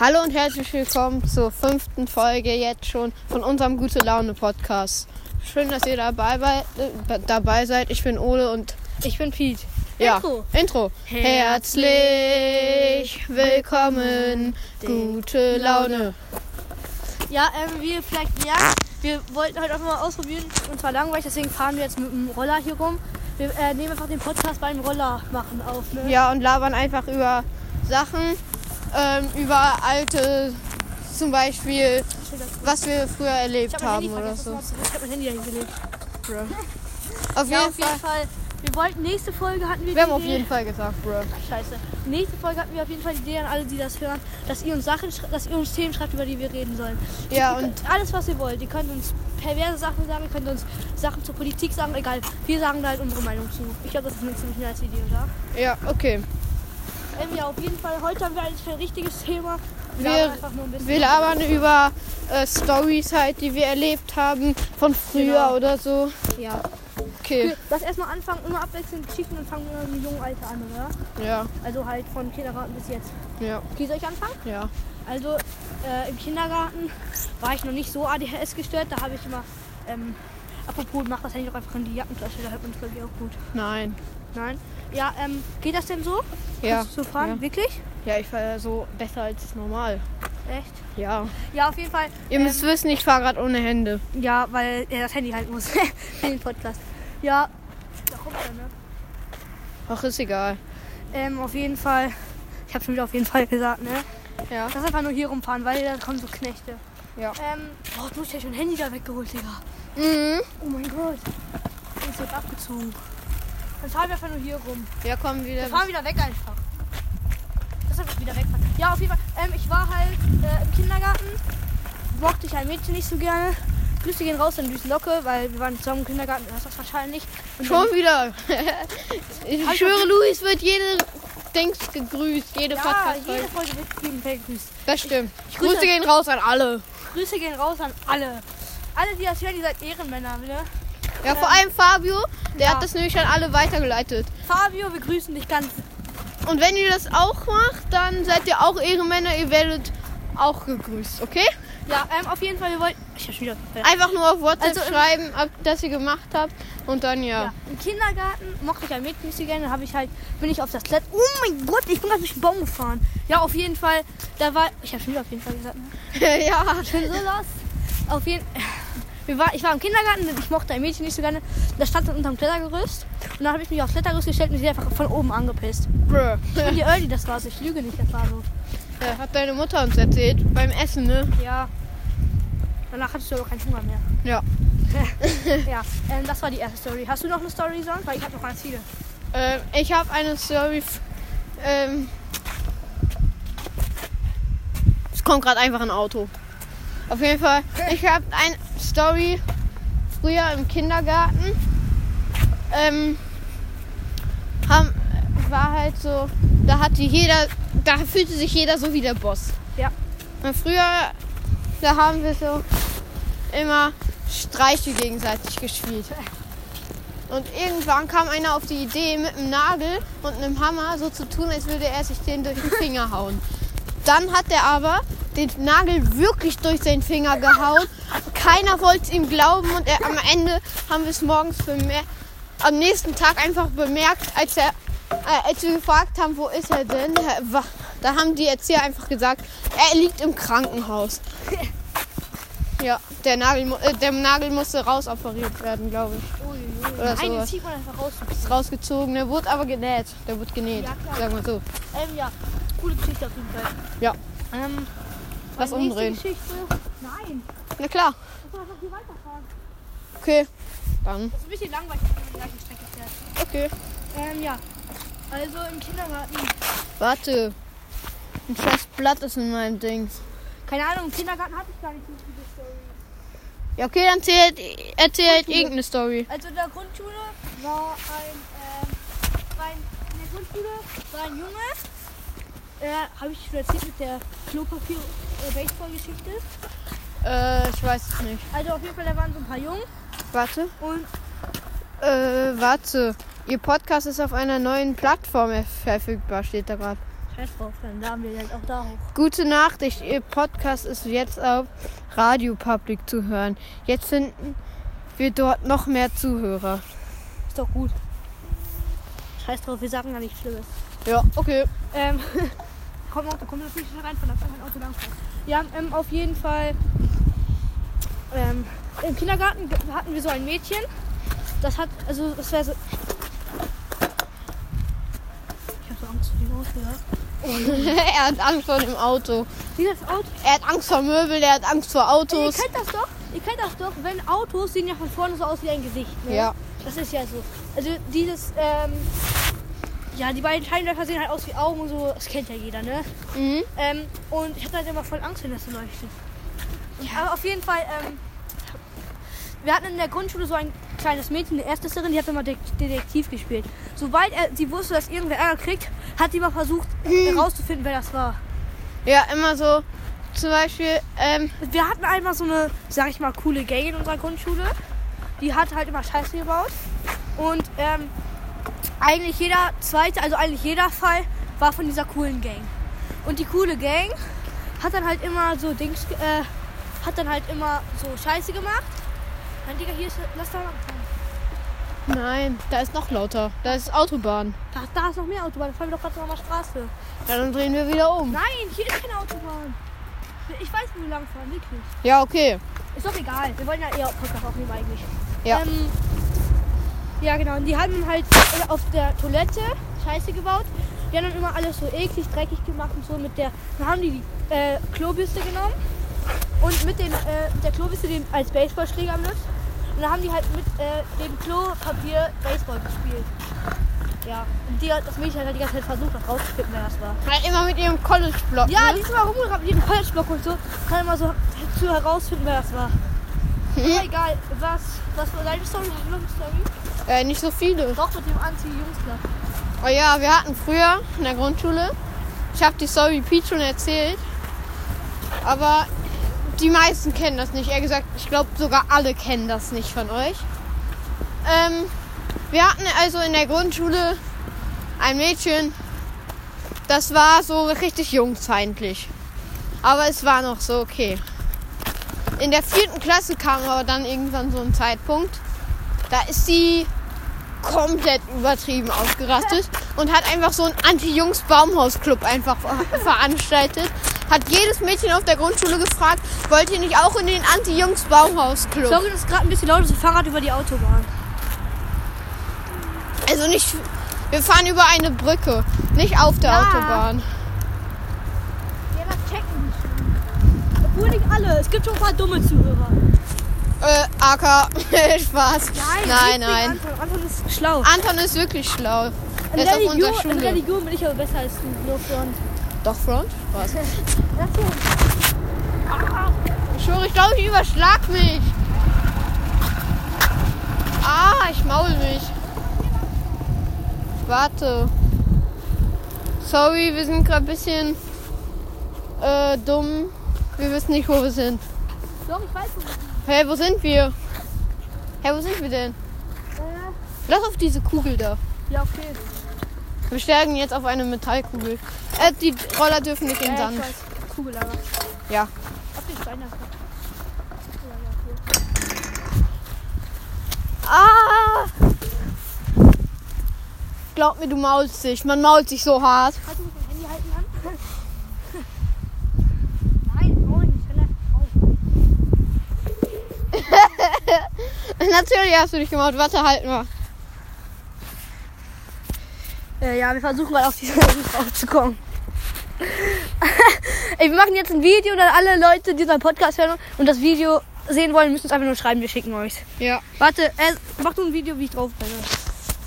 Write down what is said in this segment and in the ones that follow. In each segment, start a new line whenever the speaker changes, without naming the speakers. Hallo und herzlich willkommen zur fünften Folge jetzt schon von unserem Gute Laune Podcast. Schön, dass ihr dabei, bei, äh, dabei seid. Ich bin Ole und
Ich bin Pete. Intro.
Ja, Intro. Herzlich willkommen, gute Laune.
Ja, ähm, wie ihr vielleicht merkt, wir wollten heute einfach mal ausprobieren. Uns war langweilig, deswegen fahren wir jetzt mit dem Roller hier rum. Wir äh, nehmen einfach den Podcast beim Roller machen auf. Ne?
Ja, und labern einfach über Sachen, ähm, über alte, zum Beispiel, was wir früher
Ich
erlebt
hab mein Handy
haben oder
vergessen.
so.
Ich hab mein Handy dahin gelegt.
Auf
Ja,
jeden
auf jeden
Fall.
Fall. Wir wollten nächste Folge hatten wir,
Wir haben
die
auf
Idee.
jeden Fall gesagt, Bro.
Scheiße. Nächste Folge hatten wir auf jeden Fall die Idee an alle, die das hören, dass ihr uns Sachen, schre- dass ihr uns Themen schreibt, über die wir reden sollen.
Ja,
Ihr könnt alles, was ihr wollt. Ihr könnt uns perverse Sachen sagen, ihr könnt uns Sachen zur Politik sagen, egal. Wir sagen da halt unsere Meinung zu. Ich glaube, das ist eine ziemlich nice Idee, oder?
Ja, okay.
Ähm, ja, auf jeden Fall. Heute haben wir eigentlich kein richtiges Thema.
Wir-
labern einfach nur ein bisschen.
Wir labern über äh, Stories halt, die wir erlebt haben von früher
Genau.
oder so.
Ja.
Okay,
Lass erstmal anfangen, immer abwechselnd Geschichten und fangen wir im jungen Alter an, oder?
ja,
Also halt von Kindergarten bis jetzt.
ja,
Okay, soll ich anfangen?
ja.
Also äh, im Kindergarten war ich noch nicht so ADHS gestört. Da habe ich immer. Ähm, apropos, mach das eigentlich auch einfach in die Jackentasche. Da hört man es glaube ich auch gut.
Nein.
Nein. Ja, ähm, geht das denn so?
Ja.
Kannst du so fahren?
Ja.
Wirklich?
ja, ich fahre so besser als normal.
Echt?
Ja.
Ja, auf jeden Fall.
Ihr müsst wissen, ich fahre gerade ohne Hände.
Ja, weil er das Handy halten muss. Für den Podcast. Ja. Da kommt er, ne?
Ach, ist egal.
Ähm, auf jeden Fall. Ich habe schon wieder auf jeden Fall gesagt, ne?
Ja.
Lass einfach nur hier rumfahren, weil da kommen so Knechte.
Ja.
Ähm, boah, du hast ja schon Handy da weggeholt, Digga.
Mhm.
Oh mein Gott. Jetzt wird abgezogen. Dann fahren wir einfach nur hier rum.
Wir kommen wieder.
Wir fahren wieder weg einfach. Das einfach wieder wegfahren. Ja, auf jeden Fall. Ähm, ich war halt äh, im Kindergarten. Mochte ich ein Mädchen nicht so gerne. Grüße gehen raus an Düsen Locke, weil wir waren zusammen im Kindergarten. Du hast das wahrscheinlich. Und
Schon wieder. ich
Halt
schwöre, Luis wird jede Dings gegrüßt, jede
Ja,
Podcast-Folge.
jede Folge wird jeden Fall gegrüßt.
Das stimmt.
ich grüße-
Grüße gehen raus an alle.
Grüße gehen raus an alle. Alle, die das hören, die seid Ehrenmänner, ne?
Ja, vor allem Fabio, der
ja.
hat das nämlich an alle weitergeleitet.
Fabio, wir grüßen dich ganz.
Und wenn ihr das auch macht, dann seid ihr auch Ehrenmänner, ihr werdet auch gegrüßt, okay?
Ja, ähm, auf jeden Fall, wir wollten. Ich hab schon wieder.
Einfach nur auf WhatsApp
Also im-
schreiben, ob das ihr gemacht habt und dann
Ja,
ja.
Im Kindergarten mochte ich ein Mädchen nicht so gerne, dann habe ich halt, bin ich auf das Kleid. Oh mein Gott, ich bin gerade durch den Baum gefahren. Ja, auf jeden Fall, da war, ich habe schon wieder auf jeden Fall gesagt, ne?
Ja.
Schön so los. Auf jeden wir war, ich war im Kindergarten, ich mochte ein Mädchen nicht so gerne. Das stand dann unterm Klettergerüst und dann habe ich mich aufs Klettergerüst gestellt und sie einfach von oben angepisst.
Brr.
Und die Early, das war's, ich lüge nicht, das war so.
Ja, hat deine Mutter uns erzählt beim Essen, ne?
Ja. Danach hattest du aber keinen Hunger mehr.
Ja.
ja, ähm, das war die erste Story. Hast du noch eine Story, sonst? Weil ich habe noch ganz viele.
Ähm, ich habe eine Story. f- Ähm, es kommt gerade einfach ein Auto. Auf jeden Fall, ich habe eine Story früher im Kindergarten. Ähm, haben, war halt so, da hatte jeder, da fühlte sich jeder so wie der Boss.
Ja.
Und früher, da haben wir so immer Streiche gegenseitig gespielt. Und irgendwann kam einer auf die Idee, mit einem Nagel und einem Hammer so zu tun, als würde er sich den durch den Finger hauen. Dann hat er aber den Nagel wirklich durch seinen Finger gehauen. Keiner wollte es ihm glauben und er, am Ende haben wir es morgens bemerkt, am nächsten Tag einfach bemerkt, als, er, äh, als wir gefragt haben, wo ist er denn? Er war- Da haben die Erzieher einfach gesagt, er liegt im Krankenhaus. Ja, der Nagel, mu- äh, der Nagel musste rausoperiert werden, glaube ich
Uiuiui.
Oder
Nein, den
sowas.
zieht man einfach raus.
rausgezogen. Der wurde aber genäht. Der wurde genäht.
Ja, klar.
sagen wir so.
Ähm, ja, coole Geschichte auf jeden Fall.
Ja.
Ähm,
Was
meine nächste
umdrehen.
Geschichte. Nein,
Na klar.
lass mal einfach hier weiterfahren.
Okay. Dann.
Das ist ein bisschen langweilig, wenn man die gleiche Strecke fährt.
Okay.
Ähm, ja. Also im Kindergarten.
Warte. Ein scheiß Blatt ist in meinem Ding.
Keine Ahnung, im Kindergarten hatte ich gar nicht so viele Stories.
Ja, okay, dann erzählt, erzählt
Okay.
irgendeine Story.
Also in der Grundschule war ein, ähm, war ein in der Grundschule war ein Junge. Äh, habe ich schon erzählt mit der Klopapier-Baseball-Geschichte.
Äh, ich weiß es nicht.
Also auf jeden Fall, da waren so ein paar Jungen
Warte.
und
Äh, warte. Ihr Podcast ist auf einer neuen Plattform verfügbar, steht da gerade.
Scheiß drauf, dann laden wir jetzt auch da hoch.
Gute Nachricht, Ihr Podcast ist jetzt auf Radio Public zu hören. Jetzt finden wir dort noch mehr Zuhörer.
Ist doch gut. Scheiß drauf, wir sagen ja nichts Schlimmes.
Ja, okay.
Ähm, komm, Auto, komm, lass mich nicht rein, verdammt, mein Auto lang. Ja, ähm, auf jeden Fall. Ähm, Im Kindergarten ge- hatten wir so ein Mädchen. Das hat, also, das wäre so. Ich hab so Angst vor dem Auto, ja.
er hat Angst vor dem Auto.
Dieses Auto.
Er hat Angst vor Möbel, er hat Angst vor
Ey, ihr
Autos.
kennt das doch, ihr kennt das doch, wenn Autos sehen ja von vorne so aus wie ein Gesicht. Ne?
Ja.
Das ist ja so. Also dieses, ähm, ja, die beiden Scheinwerfer sehen halt aus wie Augen und so, das kennt ja jeder, ne?
Mhm.
Ähm, und ich hatte halt immer voll Angst, wenn das so leuchtet. Aber auf jeden Fall, ähm, wir hatten in der Grundschule so ein kleines Mädchen, eine Erstklässlerin, die hat immer Dek- Detektiv gespielt. Sobald er, sie wusste, dass irgendwer Ärger kriegt, hat sie immer versucht herauszufinden, wer das war.
Ja, immer so. Zum Beispiel, ähm,
Wir hatten einmal so eine, sag ich mal, coole Gang in unserer Grundschule. Die hat halt immer Scheiße gebaut. Und ähm, eigentlich jeder zweite, also eigentlich jeder Fall war von dieser coolen Gang. Und die coole Gang hat dann halt immer so Dings, ge- äh, hat dann halt immer so Scheiße gemacht. Nein, Digga, hier ist, lass da mal.
nein, da ist noch lauter. Da ist Autobahn.
Da, da ist noch mehr Autobahn, da fahren wir doch gerade noch an der Straße.
Ja, dann drehen wir wieder um.
Nein, hier ist keine Autobahn. Ich weiß, wo wir lang fahren, wirklich.
Ja, okay.
Ist doch egal. Wir wollen ja eher Podcast aufnehmen eigentlich.
Ja.
Ähm, ja, genau. Und die haben halt auf der Toilette Scheiße gebaut. Die haben dann immer alles so eklig, dreckig gemacht und so mit der. Dann haben die die äh, Klobürste genommen und mit dem, äh, mit der Klobürste den als Baseballschläger benutzt. Und dann haben die halt mit äh, dem Klopapier Baseball gespielt. Ja. Und die, hat- das Mädchen hat halt die ganze Zeit versucht, das rauszufinden, wer das war.
Halt immer mit ihrem College-Block.
Ja, die
ne?
ist immer rumgerannt mit ihrem Holzblock und so. Kann immer so zu herausfinden, wer das war. Aber egal, was, was war deine Story? Hast du noch eine Story?
äh, nicht so viele.
Doch, mit dem Anti-Jungs-Club.
Oh ja, wir hatten früher in der Grundschule, ich habe die Story Pete schon erzählt, aber die meisten kennen das nicht. Eher gesagt, ich glaube sogar alle kennen das nicht von euch. Ähm, wir hatten also in der Grundschule ein Mädchen, das war so richtig jungfeindlich. Aber es war noch so okay. In der vierten Klasse kam aber dann irgendwann so ein Zeitpunkt, da ist sie komplett übertrieben ausgerastet und hat einfach so einen Anti-Jungs-Baumhaus-Club einfach ver- veranstaltet. Hat jedes Mädchen auf der Grundschule gefragt, wollt ihr nicht auch in den Anti-Jungs-Baumhaus-Club?
Sorry, das ist gerade ein bisschen laut, das ist ein Fahrrad über die Autobahn.
Also nicht. Wir fahren über eine Brücke, nicht auf der
Ja.
Autobahn.
Ja, das checken Obwohl nicht alle, es gibt schon ein paar dumme Zuhörer.
Äh, AK, Spaß. nein.
nicht
nein.
wegen Anton. Anton ist schlau.
Anton ist wirklich schlau.
In
Er ist auf unserer
in
Schule.
Religion bin ich aber besser als du, Lufthansa.
Doch, Front? Spaß.
Das hier. Ah,
Ich schwöre, ich glaube, ich überschlag mich. Ah, ich maul mich. Warte. Sorry, wir sind gerade ein bisschen äh, dumm. Wir wissen nicht, wo wir sind.
doch, ich weiß nicht.
Hey, wo sind wir? Hey, wo sind wir denn?
Äh,
Lass auf diese Kugel da.
Ja, okay.
Wir steigen jetzt auf eine Metallkugel. Äh, die Roller dürfen nicht in
Äh,
den
ich
Sand.
weiß. Kugellager.
Ja.
Auf den Stein da.
Ah! Glaub mir, du maulst dich. Man mault sich so hart.
Kannst du mit dem Handy halten an? Nein, oh, ich kann oh.
Natürlich hast du dich gemault. Warte, halt mal.
äh, Ja, wir versuchen mal auf diese Rüstung raufzukommen. Ey, wir machen jetzt ein Video und dann alle Leute, die unseren Podcast hören und das Video sehen wollen, müssen uns einfach nur schreiben, wir schicken euch.
Ja,
Warte, äh, mach du ein Video, wie ich drauf bin.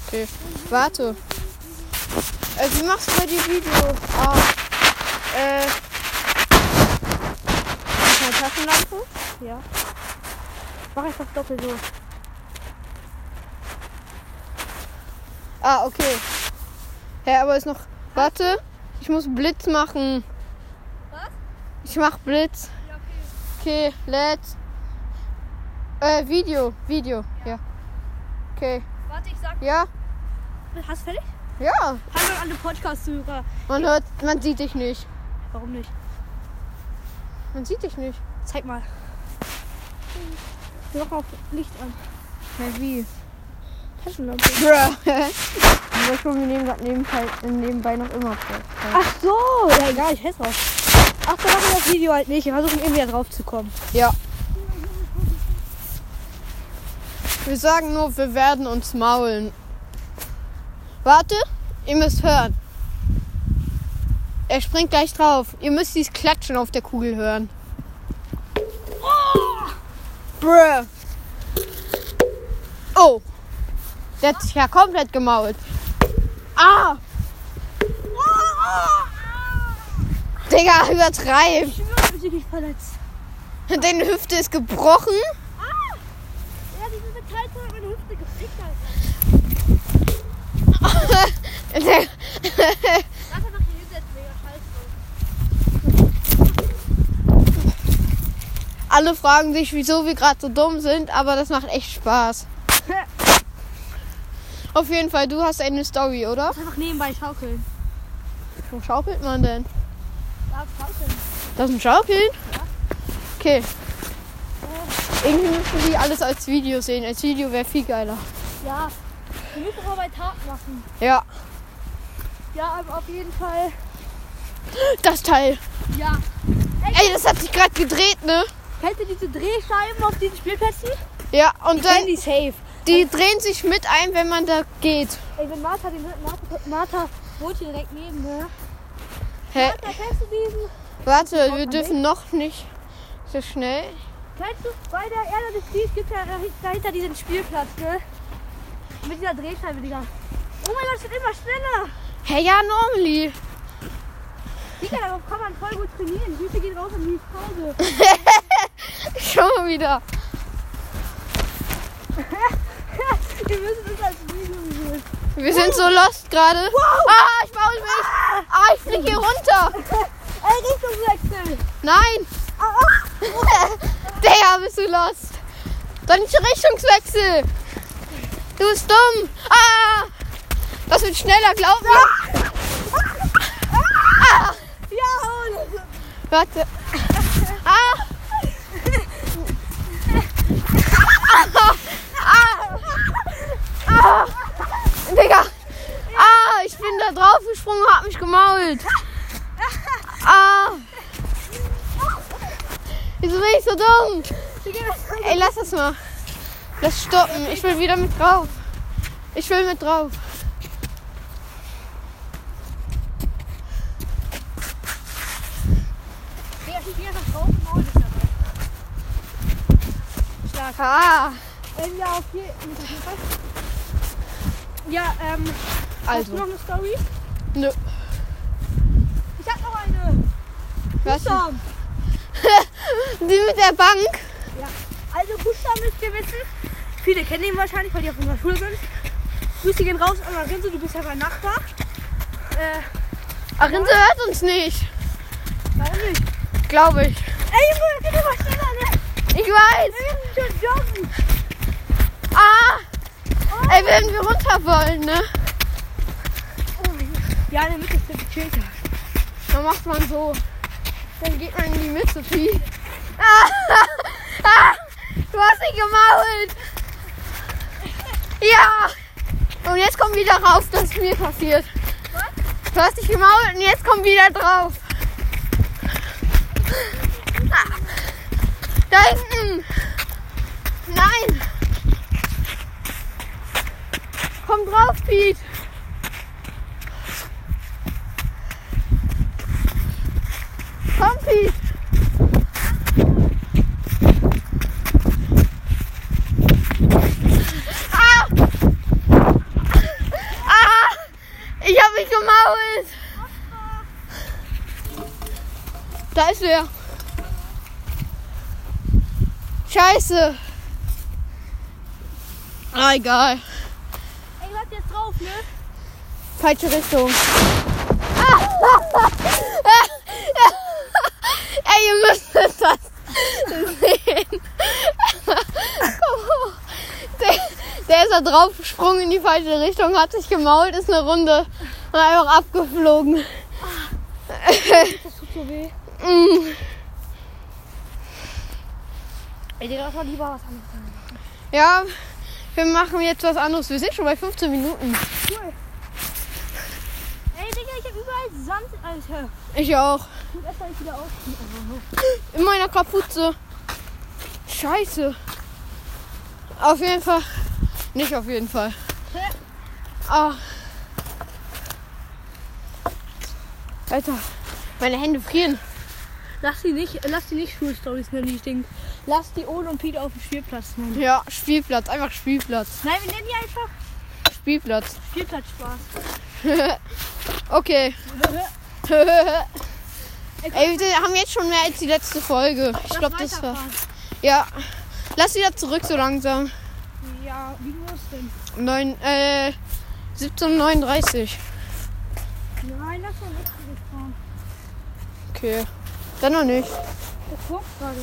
okay. Warte. Äh, wie machst du bei dir Video? Ah. Äh. Ist eine Taschenlampe?
Ja. Mach einfach doppelt so.
Ah, okay. Hä, aber ist noch. Warte. Ich muss Blitz machen.
Was?
Ich mach Blitz.
Ja, okay.
Okay, let's. Äh, Video, Video, ja. Okay,
Warte, ich sag.
ja,
Hast du fertig?
Ja,
Hallo an alle Podcast-Hörer.
man hört, man sieht dich nicht.
Warum nicht?
Man sieht dich nicht.
Zeig mal. Wir machen auch Licht an.
Na wie?
Taschenlampe.
ich wollte schon nebenbei, nebenbei, nebenbei noch immer vor.
Ach so. Ja, egal, ich hätte drauf. Ach, wir machen das Video halt nicht. Wir versuchen irgendwie da drauf zu kommen.
Ja. Wir sagen nur, wir werden uns maulen. Warte, ihr müsst hören. Er springt gleich drauf. Ihr müsst dieses Klatschen auf der Kugel hören. Bruh. Oh. Der hat sich ja komplett gemault. Ah. Digga, übertreib.
Ich bin wirklich verletzt.
Deine Hüfte ist gebrochen.
Ah! Ja, diese Kalte hat meine Hüfte gefickt.
Der
Lass einfach hier hinsetzen, mega scheiße.
Alle fragen sich, wieso wir gerade so dumm sind, aber das macht echt Spaß. Auf jeden Fall, du hast eine Story, oder?
Einfach nebenbei schaukeln.
Wo schaukelt man denn?
Ja, schaukeln.
Das ist ein Schaukeln? Okay. Irgendwie müssen die alles als Video sehen. Als Video wäre viel geiler.
Ja. Wir müssen aber bei Tag machen.
Ja,
Ja, aber auf jeden Fall.
das Teil.
Ja.
Ey, das hat sich gerade gedreht, ne?
Kennst du diese Drehscheiben auf diesen Spielplätzen?
Ja, und dann,
die safe.
die drehen sich mit ein, wenn man da geht.
Ey, wenn Martha, den, Martha, Martha wohnt hier direkt neben mir.
Hä?
Martha, kennst du diesen?
Warte, wir dürfen noch nicht so schnell.
Kennst du, bei der Erde des Flies gibt es ja dahinter- dahinter diesen Spielplatz, ne? Mit dieser Drehscheibe, Digga. Oh mein Gott, es wird immer schneller.
Hey, ja, normally.
Digga, darauf kann man voll gut trainieren. Grüße gehen raus an die Pause.
Schon mal wieder.
Wir müssen uns als Video sehen.
Wir sind so lost gerade. Ah, ich baue mich. Ah, ich fliege hier runter.
Ey, Richtungswechsel.
Nein.
Ah, ah.
Der bist du lost. Dann nicht Richtungswechsel. Du bist dumm. Ah. Das wird schneller, glaub mir. Ah.
Ja, und
Warte. Ah. Ah. Ah. Digga. Ah, ich bin da drauf gesprungen, hab mich gemault. Ah. Wieso bin ich so dumm?
Digga, das ist
Ey, lass das mal. Lass stoppen. Ich will wieder mit drauf. Ich will mit drauf.
Digga, ich bin einfach drauf und hol dich dabei. Stark.
Ah.
Ähm, ja, auf je- auf jeden Fall. Ja, ähm, hast du noch
Also.
eine Story?
Nö.
Ich hab noch eine.
Was?
Kussam.
Die mit der Bank.
Ja. Also Kussam müsst ihr wissen. Viele kennen ihn wahrscheinlich, weil die auf unserer Schule sind. Grüße gehen raus an Marinse, du bist ja mein Nachbar. Äh,
Arinse hört uns nicht.
warum nicht?
Glaube ich.
Ey, Junge, geh doch mal schneller, ne?
Ich weiß.
Wir müssen schon joggen.
Ah. Ey, wenn wir runter wollen, ne?
Oh mein Gott. Ja, in der Mitte ist der gechillter.
Dann macht man so. Dann geht man in die Mitte, Pi. Ah, ah, du hast mich gemault. Ja. Und jetzt kommt wieder rauf, dass es mir passiert. Was? Du hast dich gemault und jetzt kommt wieder drauf. Ah. Da hinten. Nein. Komm drauf, Piet. Komm, Piet. Ah! Ah! Ich hab mich gemault. Da ist wer. Scheiße. Ah, egal.
Ey, bleibt jetzt drauf, ne?
Falsche Richtung. Ey, ihr müsst das sehen. der, der ist da drauf gesprungen Sprung in die falsche Richtung, hat sich gemault, ist eine Runde und einfach abgeflogen.
Das tut so weh.
Mm.
Ey, Digga, lass mal lieber was anderes.
Ja, wir machen jetzt was anderes. Wir sind schon bei 15 Minuten.
Cool. Ey, Digga, ich hab überall Sand, Alter.
Ich auch.
Gut, erst mal ich wieder auf.
In meiner Kapuze. Scheiße. Auf jeden Fall. Nicht auf jeden Fall. Ah.
Hä?
Ach. Alter, meine Hände frieren.
Lass die nicht, lass die nicht Schulstories nennen, ich denke. Lass die Ole und Peter auf dem Spielplatz nennen.
Ja, Spielplatz. Einfach Spielplatz.
Nein, wir nennen die einfach
Spielplatz.
Spielplatzspaß.
Okay. Ey, wir haben jetzt schon mehr als die letzte Folge. Ich
Lass
glaube, das war.
weiterfahren.
Ja. Lass wieder zurück so langsam.
Ja, wie muss denn?
Neun, äh, 17.39.
Nein, lass mal nicht zurückfahren.
Okay. Dann noch nicht.
Der Kopf gerade.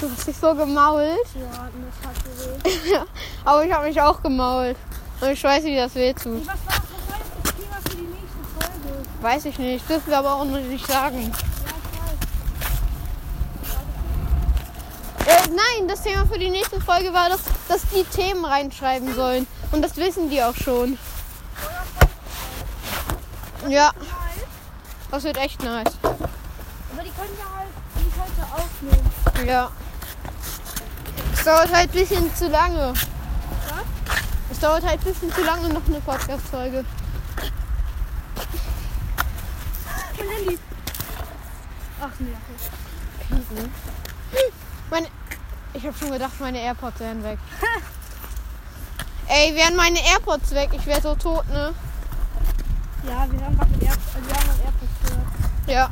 Du hast dich so gemault.
Ja, das hat so weh.
Aber ich habe mich auch gemault. Und ich weiß, wie das weh tut.
Und was war was war jetzt das Thema für die nächste Folge?
Weiß ich nicht. Dürfen wir aber auch noch nicht sagen.
Ja, ich weiß.
Äh, nein, das Thema für die nächste Folge war, dass, dass die Themen reinschreiben sollen. Und das wissen die auch schon. Ja,
Nein.
das wird echt nice.
Aber die können wir halt nicht heute aufnehmen.
Ja. Es dauert halt ein bisschen zu lange. Es dauert halt ein bisschen zu lange noch eine Podcast-Folge.
Mein Handy. Ach nee, okay.
Hm. Meine, ich habe schon gedacht, meine AirPods wären weg. Ey, wären meine AirPods weg, ich wäre so tot, ne?
Ja, wir haben gerade Air also wir haben gerade AirPods gehört.
Ja.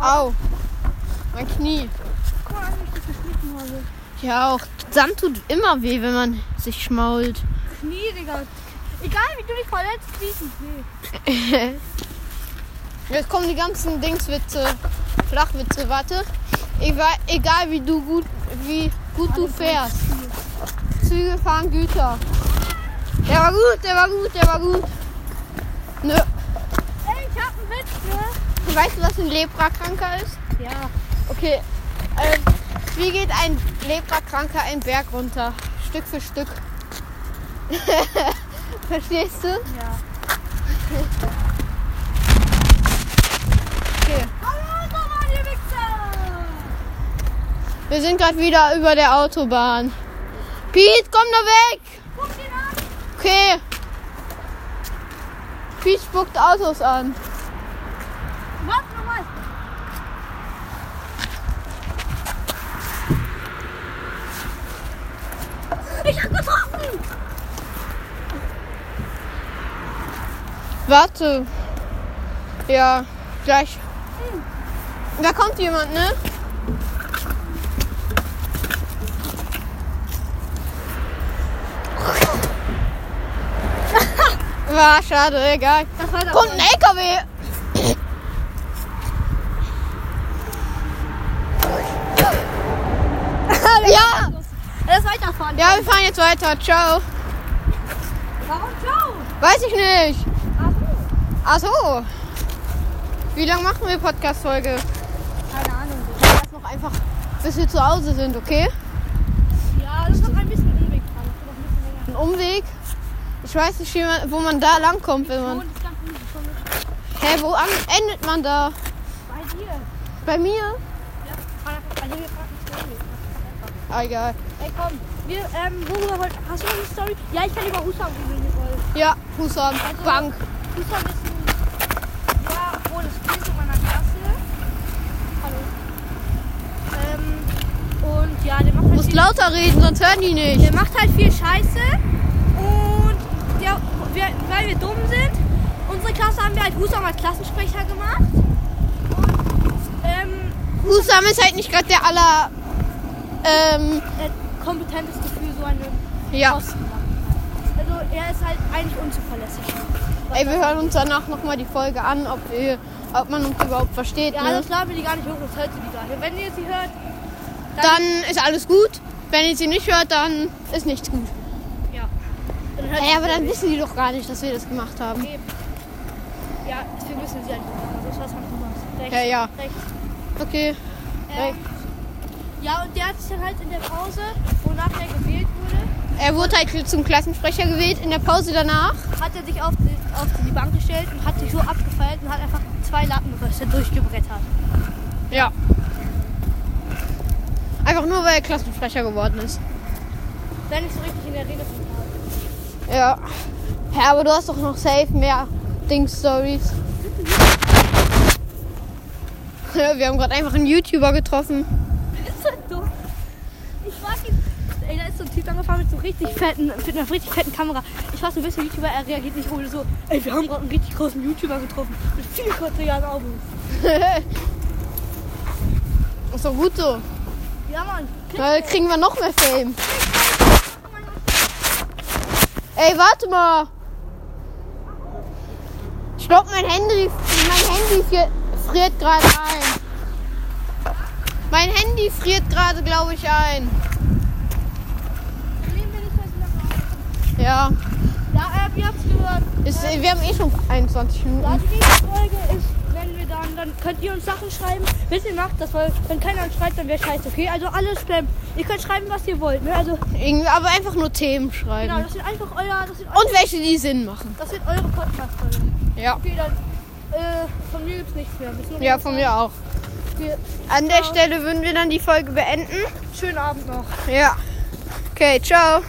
Au. Mein Knie.
Guck mal, wie ich das geschnitten also. habe.
Ja, auch Sand tut immer weh, wenn man sich schmault.
Knie, Digga. Egal wie du dich verletzt, fließen. Nee.
Jetzt kommen die ganzen Dingswitze, Flachwitze, warte. Egal, egal wie du gut, wie gut du fährst. Züge fahren Güter. Der war gut, der war gut, der war gut. Ne? Nö.
Ey, ich hab einen Witz, ne?
Weißt du, was ein Leprakranker ist?
Ja.
Okay. Ähm, wie geht ein Leprakranker einen Berg runter? Stück für Stück. Verstehst du?
Ja.
Okay.
Hallo, nochmal, ihr Wichser!
Wir sind gerade wieder über der Autobahn. Piet, komm da weg!
Guck den an!
Okay. Piet spuckt Autos an.
Warte nochmal! Ich hab getroffen!
Warte. Ja, gleich. Da kommt jemand, ne? War schade, egal.
Das war der
Kommt ein LKW. Ja,
Das weiterfahren.
ja, wir fahren jetzt weiter. Ciao.
Warum ciao?
Weiß ich nicht.
Ach so.
Ach so. Wie lange machen wir Podcast-Folge?
Keine Ahnung.
Lass noch einfach, bis wir zu Hause sind, okay?
Ja, das ist noch ein bisschen Umweg fahren. Das wird noch ein
Ein
bisschen länger.
Umweg. Ich weiß nicht, wie man- wo man da langkommt, wenn man.
Und das Ganze nicht schon mit.
Hä, wo an, endet man da?
Bei dir.
Bei mir?
Ja, fahr einfach bei dir. Wir fahren nicht so Umweg.
Ah, egal.
Ey, komm. Wir, ähm, worüber wollt, hast du noch eine Story? Ja, ich kann über Husam reden, wenn ihr wollt.
Ja, Husam, Bank.
Husam ist ein, ja, wohl das Bild in meiner Klasse. Hallo. Ähm, und ja, der macht
Du
halt
musst
viel,
lauter reden, sonst hören die nicht.
der macht halt viel Scheiße. Und ja, wir, weil wir dumm sind, unsere Klasse haben wir halt Husam als Klassensprecher gemacht. Und, ähm,
Husam ist halt nicht gerade der aller. Ähm,
der kompetenteste für so eine
ja.
Posten. Also er ist halt eigentlich unzuverlässig.
Ey, wir hören uns danach nochmal die Folge an, ob, wir, ob man uns überhaupt versteht.
Ja,
Ne?
das laden wir die gar nicht hoch, das hört sie die gar nicht. Wenn ihr sie hört,
Dann ist alles gut. Wenn ihr sie nicht hört, dann ist nichts gut.
ja. dann hört
Ey, aber
sich-
dann wissen die doch gar nicht, dass wir das gemacht haben.
Eben. Ja, wir wissen sie halt nicht. Also ich weiß halt nicht, Rechts,
Ja, ja.
rechts.
Okay.
Ähm, ja, und der hat sich dann halt in der Pause, wonach er gewählt wurde,
Er wurde halt zum Klassensprecher gewählt in der Pause danach.
hat er sich auf die, auf die Bank gestellt und hat sich so abgefeilt und hat einfach zwei Lattenröste durchgebrettert.
Ja. Einfach nur, weil er Klassensprecher geworden ist.
Wenn ich so richtig in der Rede bin.
Ja. Hä, aber du hast doch noch safe mehr Ding-Stories. Ja, wir haben gerade einfach einen YouTuber getroffen.
Ist das dumm? Ich mag ihn. Ey, da ist so ein Typ angefahren mit so richtig fetten, mit einer richtig fetten Kamera. Ich weiß, ein bisschen YouTuber, er reagiert nicht ohne so, ey, wir haben gerade einen richtig großen YouTuber getroffen. Mit viel Kotzigern Augen.
Ist doch gut so.
Ja, Mann.
Da kriegen wir noch mehr Fame. Ey, warte mal. Ich glaube, mein Handy, mein Handy friert- friert gerade ein. Mein Handy friert gerade, glaube ich, ein.
Nehmen wir nicht mehr so lange auf.
Ja,
Ja, äh, wir haben's gehört.
ist, wir haben eh schon 21
Ja,
Minuten.
die nächste Folge ist, wenn wir dann, dann könnt ihr uns Sachen schreiben. Wenn ihr macht das, weil wenn keiner uns schreibt, dann wäre scheiße, okay? Also alles spam. Ihr könnt schreiben, was ihr wollt, ne? Also,
Irgendwie, aber einfach nur Themen
genau,
schreiben.
das sind einfach euer, das sind, eu
Und welche, die Sinn machen.
das sind eure Podcast-Folge.
Ja.
Okay, dann, äh, von mir gibt's nichts mehr. Bis nur
Ja, von mir auch.
Wir-
An der Stelle würden wir dann die Folge beenden.
Schönen Abend noch.
Ja. Okay, ciao.